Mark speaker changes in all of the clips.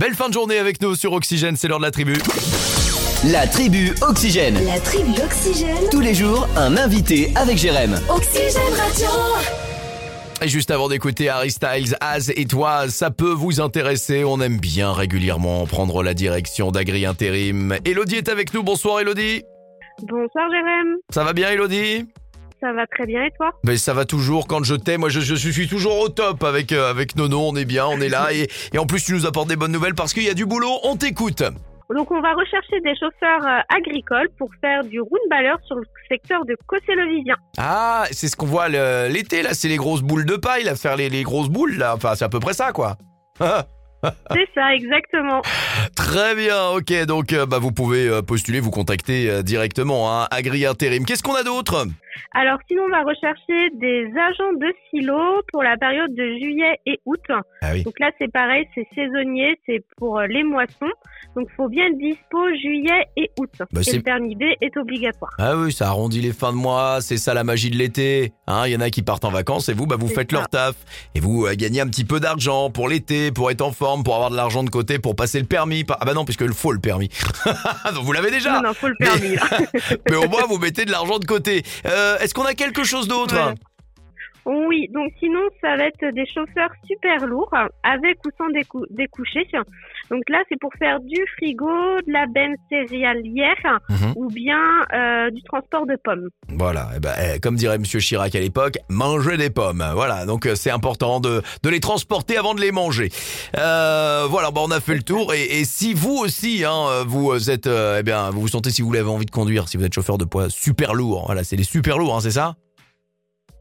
Speaker 1: Belle fin de journée avec nous sur Oxygène, c'est l'heure de la tribu.
Speaker 2: La tribu Oxygène.
Speaker 3: La tribu Oxygène,
Speaker 2: Tous les jours, un invité avec Jérém.
Speaker 3: Oxygène Radio.
Speaker 1: Et juste avant d'écouter Harry Styles, As et toi, ça peut vous intéresser. On aime bien régulièrement prendre la direction d'Agri Intérim. Elodie est avec nous. Bonsoir Elodie.
Speaker 4: Bonsoir Jérém,
Speaker 1: Ça va bien Elodie
Speaker 4: ça va très bien et toi
Speaker 1: Mais ça va toujours quand je t'aime. Moi, je, je suis toujours au top avec, euh, avec Nono. On est bien, on est là. Et, et en plus, tu nous apportes des bonnes nouvelles parce qu'il y a du boulot. On t'écoute.
Speaker 4: Donc on va rechercher des chauffeurs euh, agricoles pour faire du roundballeur sur le secteur de Cossé-le-Vivien.
Speaker 1: Ah, c'est ce qu'on voit le- l'été là. C'est les grosses boules de paille là. Faire les, les grosses boules là. Enfin, c'est à peu près ça quoi. Ah.
Speaker 4: C'est ça, exactement.
Speaker 1: Très bien, ok, donc euh, bah, vous pouvez euh, postuler, vous contacter euh, directement, hein, Agri Intérim. Qu'est-ce qu'on a d'autre
Speaker 4: Alors sinon on va rechercher des agents de silo pour la période de juillet et août.
Speaker 1: Ah oui.
Speaker 4: Donc là c'est pareil, c'est saisonnier, c'est pour euh, les moissons. Donc faut bien être dispo juillet et août.
Speaker 1: Bah,
Speaker 4: et
Speaker 1: c'est-
Speaker 4: le permis B est obligatoire.
Speaker 1: Ah oui, ça arrondit les fins de mois, c'est ça la magie de l'été. Hein, Il y en a qui partent en vacances et vous, bah, vous
Speaker 4: C'est
Speaker 1: faites
Speaker 4: ça.
Speaker 1: leur taf. Et vous euh, gagnez un petit peu d'argent pour l'été, pour être en forme, pour avoir de l'argent de côté, pour passer le permis. Par- Ah bah non, puisque le faut le permis. Donc vous l'avez déjà,
Speaker 4: non, non, faut le
Speaker 1: mais-
Speaker 4: permis. là.
Speaker 1: mais au moins vous mettez de l'argent de côté. Euh, Est-ce qu'on a quelque chose d'autre
Speaker 4: Voilà. Oui, donc sinon, ça va être des chauffeurs super lourds, avec ou sans décou- découcher. Donc là, c'est pour faire du frigo, de la benne céréalière
Speaker 1: Mhm.
Speaker 4: ou bien euh, du transport de pommes.
Speaker 1: Voilà, eh ben, eh, comme dirait Monsieur Chirac à l'époque, manger des pommes. Voilà, donc euh, c'est important de, de les transporter avant de les manger. Euh, voilà, bah, on a fait le tour. Et, et si vous aussi, hein, euh, vous êtes, euh, eh bien, vous vous sentez si vous l'avez envie de conduire, si vous êtes chauffeur de poids super lourd. Voilà, c'est les super lourds, hein, c'est ça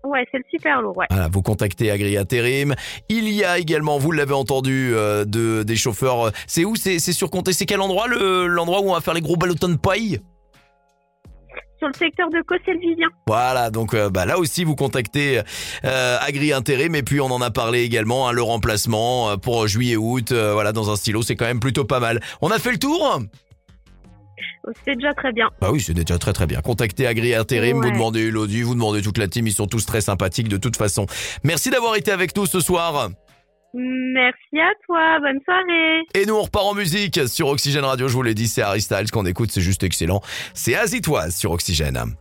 Speaker 4: Ouais, c'est le super lourd, ouais.
Speaker 1: Voilà, vous contactez Agri Intérim. Il y a également, vous l'avez entendu, euh, de des chauffeurs. euh, C'est où C'est c'est sur Comté. C'est quel endroit le l'endroit où on va faire les gros ballotons de paille
Speaker 4: Sur le secteur de Cossé-le-Vivien.
Speaker 1: Voilà, donc euh, bah, là aussi vous contactez euh, Agri Intérim et puis on en a parlé également, hein, le remplacement euh, pour juillet-août, voilà, dans un stylo, c'est quand même plutôt pas mal. On a fait le tour
Speaker 4: C'est déjà très bien.
Speaker 1: Bah oui, c'est déjà très très bien. Contactez Agri Intérim, vous
Speaker 4: Ouais.
Speaker 1: demandez Elodie, vous demandez toute la team, ils sont tous très sympathiques de toute façon. Merci d'avoir été avec nous ce soir.
Speaker 4: Merci à toi, bonne soirée.
Speaker 1: Et nous on repart en musique sur Oxygène Radio, je vous l'ai dit, c'est Harry Styles qu'on écoute, c'est juste excellent. C'est Azitoise sur Oxygène.